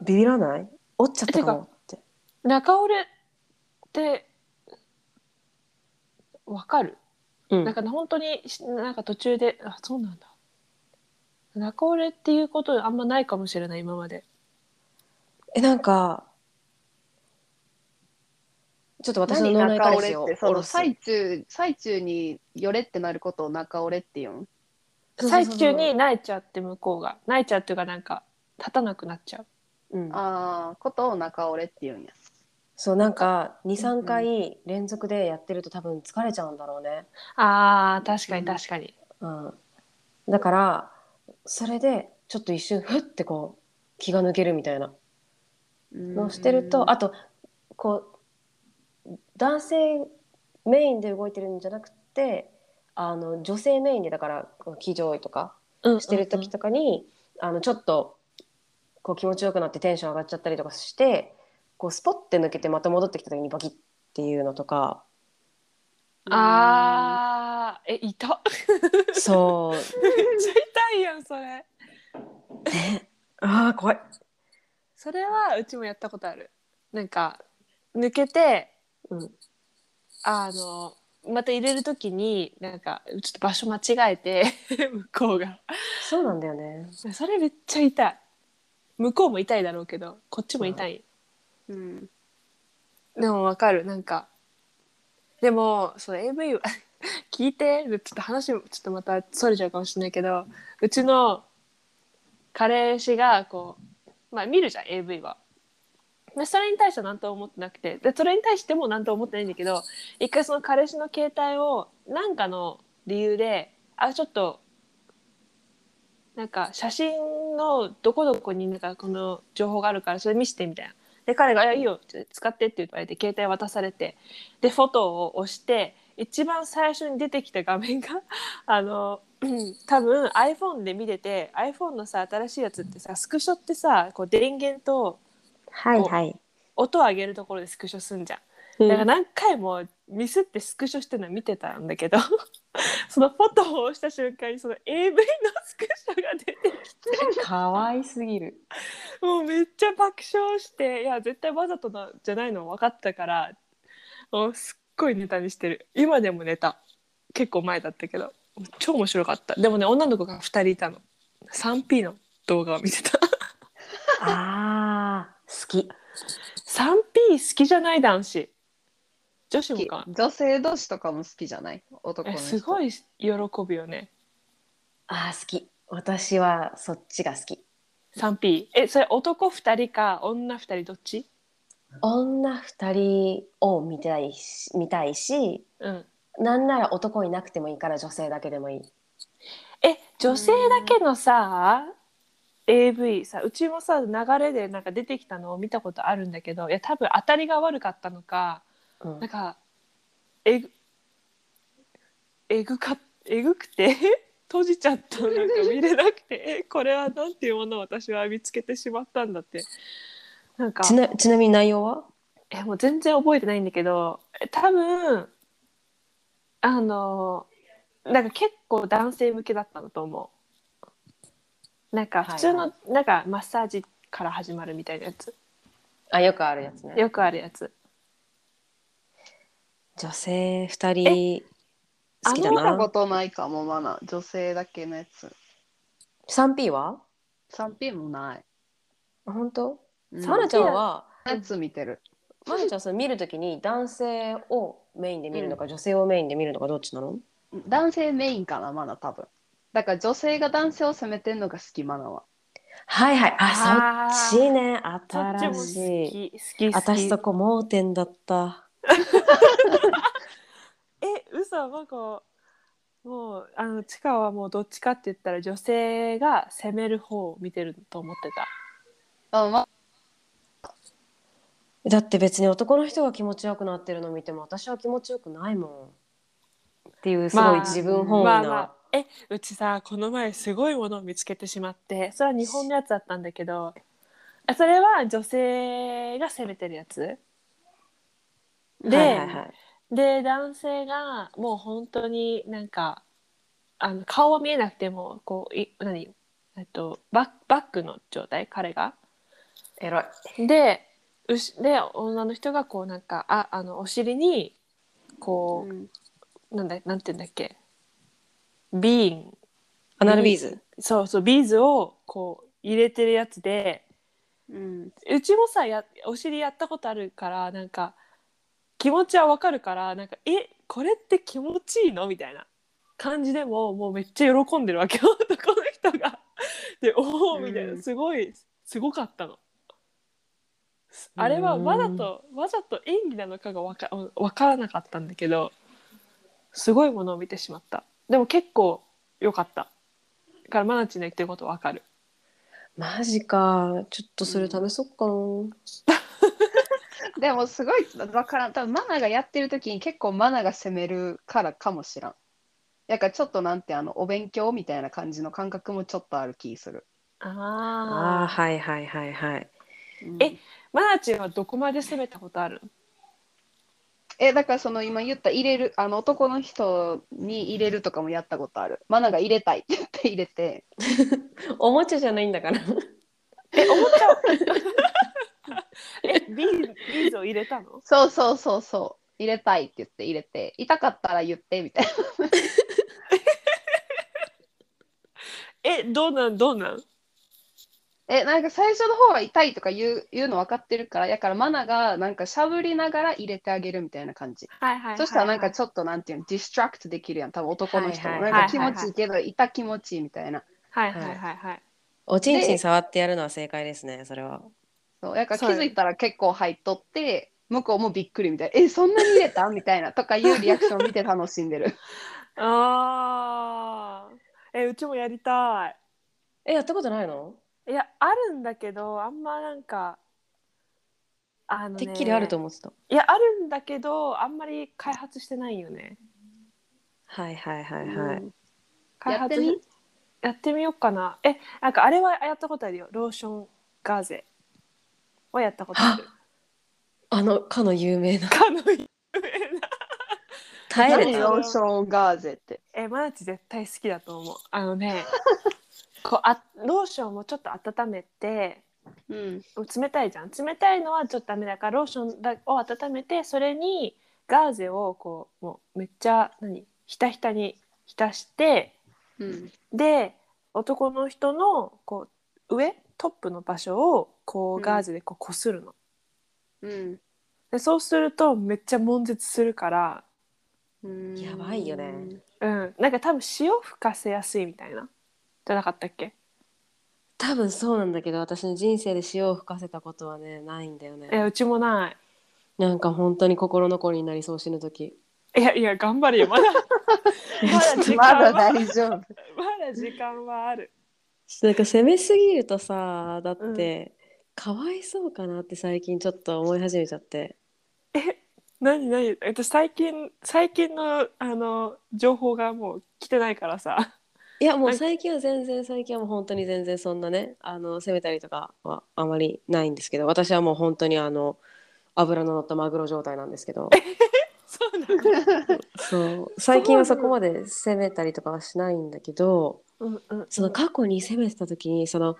Speaker 3: ビビらない折っちゃったかもって
Speaker 1: 中折れってわかる、
Speaker 3: うん
Speaker 1: なんか本当にしなんか途中であそうなんだ中折れっていうことあんまないかもしれない今まで
Speaker 3: えなんかちょっと 私の脳内
Speaker 2: 中
Speaker 3: 彼
Speaker 2: 折れ
Speaker 3: 氏を
Speaker 2: ってそ
Speaker 3: 下ろ
Speaker 2: の
Speaker 3: す
Speaker 2: 最中最中によれってなることを中折れって言うん
Speaker 3: そうそう
Speaker 1: 最
Speaker 3: そう
Speaker 1: 中に泣いちゃって向こうが泣いちゃうっていうかなんか立たなくなっちゃう
Speaker 3: うん
Speaker 2: ああことを中折れって言うんや
Speaker 3: そうなんか
Speaker 2: うんう
Speaker 3: 23
Speaker 2: ん
Speaker 3: 回連続でやってると多分疲れちゃうんだろうね、
Speaker 1: あー確か
Speaker 2: うん
Speaker 1: に確かに、
Speaker 3: うん、だからそれでちょっと一瞬ふってこう気が抜けるみたいなのをしてるとあとこう男性メインで動いてるんじゃなくてあの女性メインでだからこう騎乗位とか
Speaker 1: うん
Speaker 3: してる時とかに、あのちょっとこう気持ちよくなってテンション上がっちゃったりとかしてこうスポッて抜けてまた戻ってきた時にバキッっていうのとか。
Speaker 1: あーえ痛っ
Speaker 3: そう
Speaker 1: めっちゃ痛いやんそれ
Speaker 3: ああ怖い
Speaker 1: それはうちもやったことあるなんか抜けて
Speaker 3: うん
Speaker 1: あのまた入れる時になんかちょっと場所間違えて 向こうが
Speaker 3: そうなんだよね
Speaker 1: それめっちゃ痛い向こうも痛いだろうけどこっちも痛い、
Speaker 2: うん
Speaker 1: でもわかるなんかでもその AV は 聞いてちょっと話ちょっとまたそれちゃうかもしれないけどうちの彼氏がこうまあ見るじゃん AV は。でそれに対しては何とも思ってなくてでそれに対しても何とも思ってないんだけど一回その彼氏の携帯を何かの理由であちょっとなんか写真のどこどこになんかこの情報があるからそれ見せてみたいな。で彼が「いやいいよ使って」って言われて携帯渡されてでフォトを押して一番最初に出てきた画面が あの うん多分 iPhone で見てて iPhone のさ新しいやつってさスクショってさこう電源と
Speaker 3: はい、
Speaker 1: はい音を上げるところでスクショすんじゃん。
Speaker 3: うん
Speaker 1: だから何回もミスってスクショしてるの見てたんだけど そのフォトを押した瞬間にその AV のスクショが出て
Speaker 3: かわいすぎる
Speaker 1: もうめっちゃ爆笑していや絶対わざとなじゃないの分かったからもうすっごいネタにしてる今でもネタ結構前だったけど超面白かったでもね女の子が2人いたの 3P の動画を見てた
Speaker 3: ああ好き
Speaker 1: 3P 好きじゃない男子女子もか
Speaker 2: 女性同士とかも好きじゃない男
Speaker 1: え
Speaker 2: の人
Speaker 1: すごい喜ぶよね
Speaker 3: ああ好き私はそっちが好き
Speaker 1: 3P えそれ男2人か女2人どっち
Speaker 3: 女二人を見たいし見たいし
Speaker 1: うん
Speaker 3: なんなら男いなくてもいいから女性だけでもいい
Speaker 1: え女性だけのさ AV さうちもさ流れでなんか出てきたのを見たことあるんだけどいや多分当たりが悪かったのか
Speaker 3: うん
Speaker 1: なんかえぐえぐかえぐくて 閉じちゃったなんか見れなくてえこれはなんていうものを私は見つけてしまったんだってなんか
Speaker 3: ちなちなみに内容は
Speaker 1: えもう全然覚えてないんだけどえ多分あのなんか結構男性向けだったんだと思うなんか
Speaker 3: はいはい
Speaker 1: 普通の、なんかマッサージから始まるみたいなやつ
Speaker 3: あよくあるやつね
Speaker 1: よくあるやつ
Speaker 3: 女性二人好きだ
Speaker 2: 見たこ
Speaker 3: な
Speaker 2: とないかもマナ女性だけのやつ
Speaker 3: 3P は
Speaker 2: 3P もない
Speaker 3: あ本当
Speaker 2: うん
Speaker 3: さなちゃんは
Speaker 2: やつ見てる
Speaker 3: まゆちゃんその見るときに男性をメインで見るのか、女性をメインで見るのかどっちなの
Speaker 2: 男性メインかなまだ多分だから女性が男性を責めてんのが好きマナは
Speaker 3: はいはいあ
Speaker 1: あー
Speaker 3: そっちね
Speaker 1: そっちも
Speaker 3: 新
Speaker 1: 好
Speaker 3: しい
Speaker 1: き好き好き
Speaker 3: 私そこ盲点だった
Speaker 1: え嘘なんかもうあのちかはもうどっちかって言ったら女性が攻める方を見てると思ってた
Speaker 2: あま
Speaker 3: だって別に男の人が気持ちよくなってるの見ても私は気持ちよくないもんっていうすご
Speaker 1: まあ
Speaker 3: い自分本位な、
Speaker 1: まあまあえうちさこの前すごいものを見つけてしまってそれは日本のやつだったんだけどあそれは女性が攻めてるやつで、
Speaker 3: はいはいはい
Speaker 1: で男性がもう本当になんかあの顔は見えなくてもこうい何えっとバックバックの状態彼が。
Speaker 3: エロい
Speaker 1: でうしで女の人がこうなんかああのお尻にこう、なんだなんて言うんだっけビーン
Speaker 3: アナルビーズ
Speaker 1: そうそうビーズをこう入れてるやつで
Speaker 2: うん
Speaker 1: うちもさやお尻やったことあるからなんか気持ちはわかるからなんかえこれって気持ちいいのみたいな感じでももうめっちゃ喜んでるわけよ男の人が。でおおみたい
Speaker 2: うん
Speaker 1: なすごいすごかったの。あれはわざとわざと演技なのかがわかわからなかったんだけどすごいものを見てしまった。でも結構良かった。だからマナチの言ってることわかる。
Speaker 3: マジかちょっとそれ試そっかな、
Speaker 2: でもすごいわからん多分マナがやってる時に結構マナが責めるからかもしらんやからちょっとなんてあのお勉強みたいな感じの感覚もちょっとある気する、
Speaker 3: ああ
Speaker 1: ああ。
Speaker 3: はいはいはいはい
Speaker 2: うん
Speaker 1: えマナチはどこまで攻めたことあるの
Speaker 2: えだからその今言った入れるあの男の人に入れるとかもやったことあるマナが入れたいって 言って入れて
Speaker 3: おもちゃじゃないんだから
Speaker 1: え、おもちゃを。え、ビーズ、ビーズを入れたの。
Speaker 2: そうそうそうそう入れたいって言って入れて痛かったら言ってみたいな
Speaker 1: え、どうなん、どうなん。
Speaker 2: えなんか最初の方は痛いとか言う言うの分かってるからやからマナがなんかしゃぶりながら入れてあげるみたいな感じ
Speaker 1: はいはい
Speaker 2: そしたらなんかちょっとなんていうのディストラクトできるやん多分男の人も、
Speaker 3: はいはい
Speaker 2: なんか気持ちいいけど痛気持ちいいみたいな
Speaker 1: はいはいはいはい。
Speaker 3: おちんちん触ってやるのは正解ですねそれは
Speaker 2: そうやから気
Speaker 1: そう
Speaker 2: づいたら結構入っとって向こうもびっくりみたいな「えそんなに入れた?」みたいなとかいうリアクションを見て楽しんでる
Speaker 1: ああ。え、うちもやりたい。
Speaker 3: えやったことないの
Speaker 1: いや、あるんだけど、あんまなんか。あの、ね。
Speaker 3: てっきりあると思ってた
Speaker 1: いや、あるんだけど、あんまり開発してないよね。
Speaker 3: はいはいはいはい、
Speaker 2: うん
Speaker 1: 開
Speaker 2: やっ
Speaker 1: 発
Speaker 2: てみ
Speaker 1: やってみようかな。え、なんかあれはやったことあるよ。ローションガーゼ。はやったことある。
Speaker 3: あのかの有名な
Speaker 1: かの有名な
Speaker 3: 耐え
Speaker 2: 何
Speaker 1: よ
Speaker 3: れた
Speaker 2: ローションガーゼって
Speaker 1: えマナチ絶対好きだと思うあの ねこうあローションもちょっと温めて
Speaker 2: うん
Speaker 1: 冷たいじゃん冷たいのはちょっとダメだからローションだを温めてそれにガーゼをこうもうめっちゃ何ひたひたに浸して
Speaker 2: うん
Speaker 1: で男の人のこう上トップの場所をこ
Speaker 2: うん
Speaker 1: うガーゼでこうこするの、
Speaker 2: うん
Speaker 1: でそうするとめっちゃ悶絶するから
Speaker 2: うん
Speaker 3: やばいよね
Speaker 1: うんなんか多分塩吹かせやすいみたいなじゃなかったっけ
Speaker 3: 多分そうなんだけど私の人生で塩を吹かせたことはねないんだよ
Speaker 1: え
Speaker 3: ね
Speaker 1: うちもない
Speaker 3: なんか本当に心残りになりそう死ぬ時
Speaker 1: いやいや頑張れよまだ まだ時
Speaker 2: ま
Speaker 1: 間
Speaker 2: だ
Speaker 1: は
Speaker 2: 大丈夫
Speaker 1: まだ時間はある
Speaker 3: なんか攻めすぎるとさだって、かわいそうかなって最近ちょっと思い始めちゃって
Speaker 1: 何何私最近最近のあの情報がもう来てないからさ
Speaker 3: いやも
Speaker 1: な
Speaker 3: う
Speaker 1: んか
Speaker 3: 最近は全然最近はもう本当に全然そんなねあの攻めたりとかはあまりないんですけど私はもう本当にあの脂の乗ったマグロ状態なんですけど
Speaker 1: そうなの
Speaker 3: そう最近はそこまで攻めたりとかはしないんだけど
Speaker 1: うんうん
Speaker 3: その過去に攻めてた時にその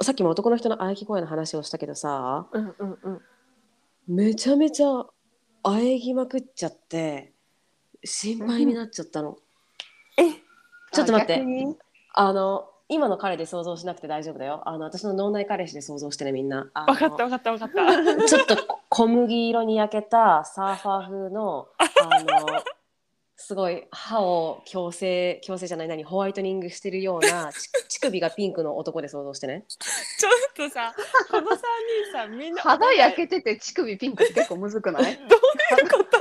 Speaker 3: さっきも男の人の喘ぎ声の話をしたけどさ
Speaker 1: うんうんうん
Speaker 3: めちゃめちゃ喘ぎまくっちゃって心配になっちゃったの。
Speaker 1: え
Speaker 3: ちょっと待っ
Speaker 2: あ
Speaker 3: て
Speaker 2: 逆に
Speaker 3: あの今の彼で想像しなくて大丈夫だよあの私の脳内彼氏で想像してねみんなあの
Speaker 1: 分かった分かった分か った
Speaker 3: ちょっと小麦色に焼けたサーファー風のあのすごい歯を矯正矯正じゃない何ホワイトニングしてるようなち 乳首がピンクの男で想像してね
Speaker 1: ちょっとさこの3人さみんな
Speaker 2: 肌 焼けてて乳首ピンクって結構むずくない
Speaker 1: ど
Speaker 2: ういうこと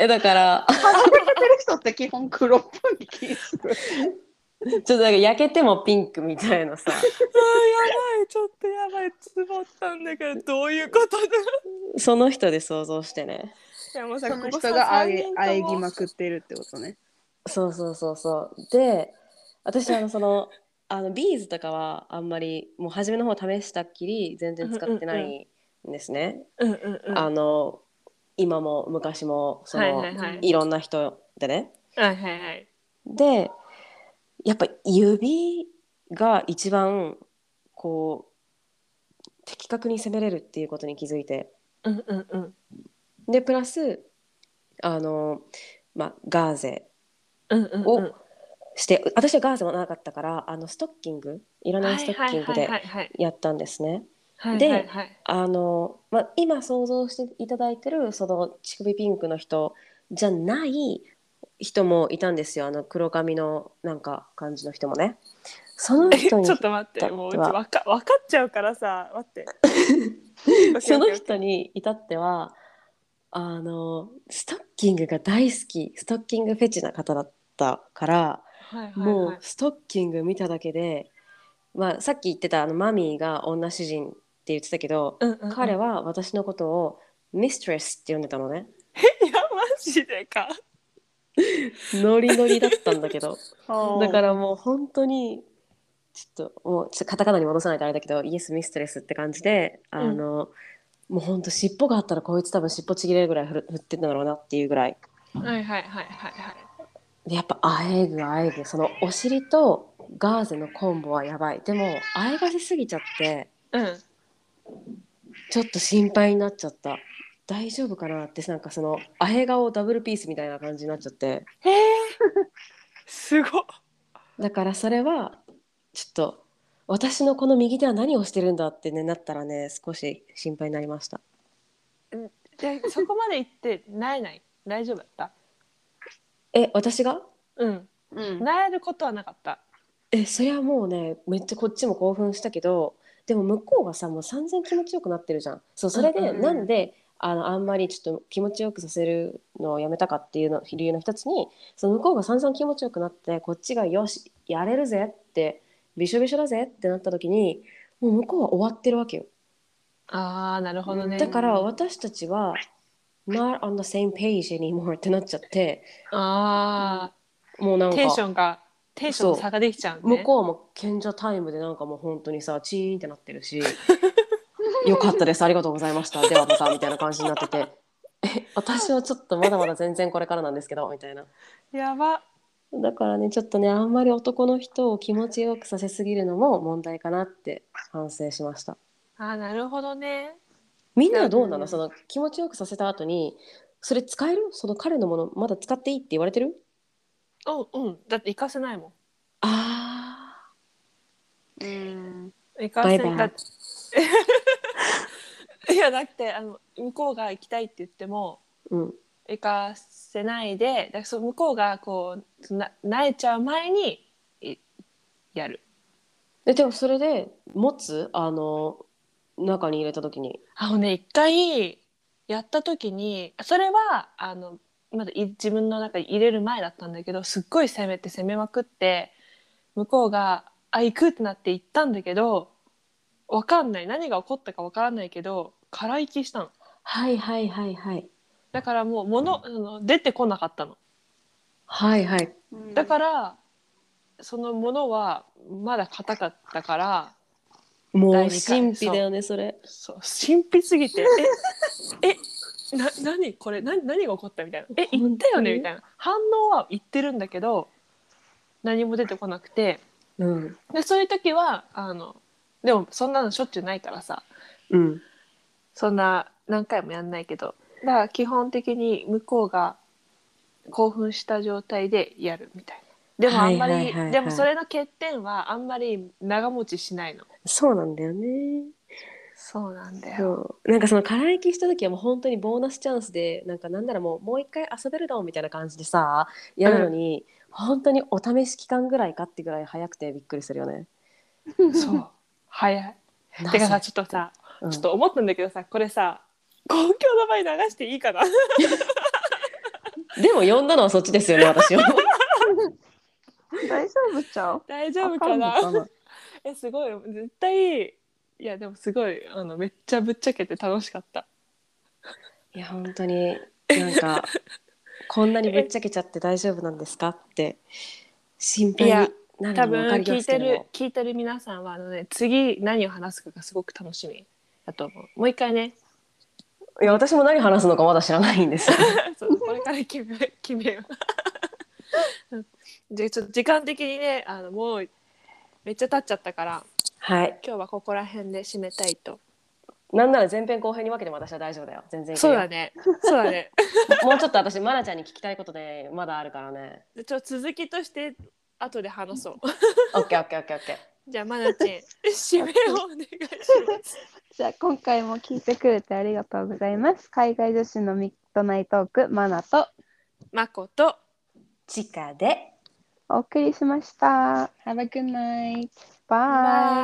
Speaker 3: えだから
Speaker 2: 肌焼けてる人って基本黒っぽい気する。
Speaker 3: ちょっとなんか焼けてもピンクみたいなさ
Speaker 1: あーやばいちょっとやばいつぼったんだけどどういうことだ
Speaker 3: その人で想像してね
Speaker 1: いやもうさ
Speaker 2: その
Speaker 1: ここさ
Speaker 2: 人があ
Speaker 1: 三
Speaker 2: え
Speaker 1: 人とも
Speaker 2: あえぎまくってるってことね。
Speaker 3: そうそうそうそうで私あのそのあのビーズとかはあんまりもう初めの方試したっきり全然使ってないんですね、
Speaker 1: うんうんうん
Speaker 3: あの今も昔もその、
Speaker 1: はい
Speaker 3: い
Speaker 1: はいはい
Speaker 3: ろんな人でね
Speaker 1: はいはいはい
Speaker 3: でやっぱ指が一番こう的確に攻めれるっていうことに気づいて
Speaker 1: うんうんうん
Speaker 3: でプラスあの、まあ、ガーゼ
Speaker 1: うんうん
Speaker 3: を
Speaker 1: うん
Speaker 3: して、私はガーゼもなかったからあのストッキングいらないストッキングで
Speaker 1: はいはい
Speaker 3: やったんですね。
Speaker 1: はいはい
Speaker 3: で
Speaker 1: はいはい
Speaker 3: あの、まあ、今想像していただいてるその乳首ピンクの人じゃない人もいたんですよあの黒髪のなんか感じの人もねそ の
Speaker 1: えち
Speaker 3: 人
Speaker 1: ょ
Speaker 3: に
Speaker 1: っと待ってもううちわか分かっちゃうからさ待って
Speaker 3: その人に至ってはあのストッキングが大好きストッキングフェチな方だったからもうストッキング見ただけで、まあ、さっき言ってたあのマミーが女主人って言ってたけど、彼
Speaker 1: は
Speaker 3: は私のことをミストレスって呼んでたのね。
Speaker 1: いやマジでか
Speaker 3: ノリノリだったんだけど だかららもう本当にちょっともうちょっとカタカナに戻さないとあれだけどイエスミストレスって感じであの、もう本当尻尾があったらこいつ多分尻尾ちぎれるぐらい振る振ってたんだろうなっていうぐらい
Speaker 1: はいはいはいはいはい
Speaker 3: でやっぱあえぐあえぐそのお尻とガーゼのコンボはやばいでもあえがせすぎちゃって
Speaker 1: うん
Speaker 3: ちょっと心配になっちゃった大丈夫かなってなんかそのあえ顔ダブルピースみたいな感じになっちゃって
Speaker 1: へえすごっ
Speaker 3: だからそれはちょっと私のこの右手は何をしてるんだってねなったらね少し心配になりました
Speaker 1: でそこまで行ってなえない大丈夫だった
Speaker 3: え私が
Speaker 1: うん
Speaker 2: うん、
Speaker 1: なえることはなかった
Speaker 3: えそりゃもうねめっちゃこっちも興奮したけどでも向こうがさもう散々気持ちよくなってるじゃんそうそれ
Speaker 1: うん
Speaker 3: で
Speaker 1: うんうん
Speaker 3: なんであのあんまりちょっと気持ちよくさせるのをやめたかっていうの理由の一つにその向こうが散々気持ちよくなってこっちがよしやれるぜってびしょびしょだぜってなった時にもう向こうは終わってるわけよ
Speaker 1: ああなるほどね
Speaker 3: だから私たちは not on the same page anymore ってなっちゃって
Speaker 1: あ
Speaker 3: もうな
Speaker 1: あ
Speaker 3: ん
Speaker 1: テンショ
Speaker 3: か
Speaker 1: ンがテンションの差ができちゃうね
Speaker 3: 向こうも賢者タイムでなんかもう本当にさチーンってなって るしよかったですありがとうございましたではまたみたいな感じになっててえ私はちょっとまだまだ全然これからなんですけどみたいな
Speaker 1: やば
Speaker 3: だからねちょっとねあんまり男の人を気持ちよくさせすぎるのも問題かなって反省しました
Speaker 1: あーなるほどね
Speaker 3: みんなはどうな
Speaker 1: うん
Speaker 3: のその気持ちよくさせた後にそれ使えるその彼のものまだ使っていいって言われてる
Speaker 1: うんうんだって行かせないも
Speaker 3: あ
Speaker 2: うん
Speaker 1: ん行かせ
Speaker 3: バイ
Speaker 1: だ
Speaker 3: バ
Speaker 1: っ
Speaker 3: イ
Speaker 1: て いやだってあの向こうが行きたいって言っても
Speaker 3: あ、うん、
Speaker 1: 行かせないでだからそう向こうがこうななえちゃう前にいやる
Speaker 3: えでもそれで持つあの中に入れた時に
Speaker 1: あのね一回やった時にそれはあのまだい自分の中に入れる前だったんだけどすっごい攻めて攻めまくって向こうが「あ行く」ってなって行ったんだけどわかんない何が起こったかわからないけど空行きしたの
Speaker 3: はいはいはいはい
Speaker 1: だからもう物あの出てこなかったの
Speaker 3: はいはい
Speaker 1: だかららそのものはまだ硬かったから
Speaker 3: もう
Speaker 1: 第
Speaker 3: 神
Speaker 1: 二回
Speaker 3: 秘だよねそれ
Speaker 1: そう神秘す ぎて「ええな何これ何何が起こった?」みたいな「え言ったよ
Speaker 3: 本当
Speaker 1: ね?」
Speaker 3: に
Speaker 1: みたいな反応は言ってるんだけど何も出てこなくて
Speaker 3: うん
Speaker 1: でそういう時はあのでもそんなのしょっちゅうないからさ
Speaker 3: うん
Speaker 1: そんな何回もやんないけどだから基本的に向こうが興奮した状態でやるみたいでもあんまり、
Speaker 3: はいはいはいはい
Speaker 1: でもそれの欠点はあんまり長持ちしないの
Speaker 3: そうなんだよね
Speaker 1: そうなんだよ
Speaker 3: そうなんかその空行きした時はもう本当にボーナスチャンスでなんかなんならもうもう一回遊べるのみたいな感じでさやるのに、本当にお試し期間ぐらいかってぐらい早くてびっくりするよ ね。
Speaker 1: そう早 いてかさちょっとさ、
Speaker 3: うん
Speaker 1: ちょっと思ったんだけどさこれさ公共の場に流していいか な
Speaker 3: でも呼んだのはそっちですよね私を。
Speaker 2: 大丈夫ちゃう
Speaker 1: 大丈夫
Speaker 2: あ
Speaker 1: か
Speaker 2: んの
Speaker 1: な
Speaker 2: な
Speaker 1: えすごい絶対いやでもすごいあのめっちゃぶっちゃけて楽しかった
Speaker 3: いや本当になんかこんなにぶっちゃけちゃって大丈夫なんですかって心配にな
Speaker 1: 多
Speaker 3: るの
Speaker 1: 分
Speaker 3: 分かり
Speaker 1: 聞
Speaker 3: ま
Speaker 1: い
Speaker 3: すけ
Speaker 1: て
Speaker 3: ど
Speaker 1: る聞いてる皆さんはあのね次何を話すかがすごく楽しみだと思うもう一回ね
Speaker 3: いや私も何話すのかまだ知らないんですよ
Speaker 1: そうこれから決 め決めよう うんじゃあちょっと時間的にねあのもうめっちゃ経っちゃったから
Speaker 3: はい
Speaker 1: 今日はここら辺で締めたいと
Speaker 3: なんなら前編後編に分けても私は大丈夫だよ全然いけ
Speaker 1: そう
Speaker 3: る
Speaker 1: だ
Speaker 3: よ
Speaker 1: ねそうだね
Speaker 3: もうちょっと私マナちゃんに聞きたいことでまだあるからね
Speaker 1: じゃあちょっと続きとして後で話そう
Speaker 3: オッケーオッケーオッケーオッケー
Speaker 1: じゃあまなちん締めをお願いします
Speaker 2: じゃあ今回も聞いてくれてありがとうございます。海外女子のミッドナイトークマナと
Speaker 1: まこと
Speaker 3: チカで
Speaker 2: お送りしました。Have a good night. Bye.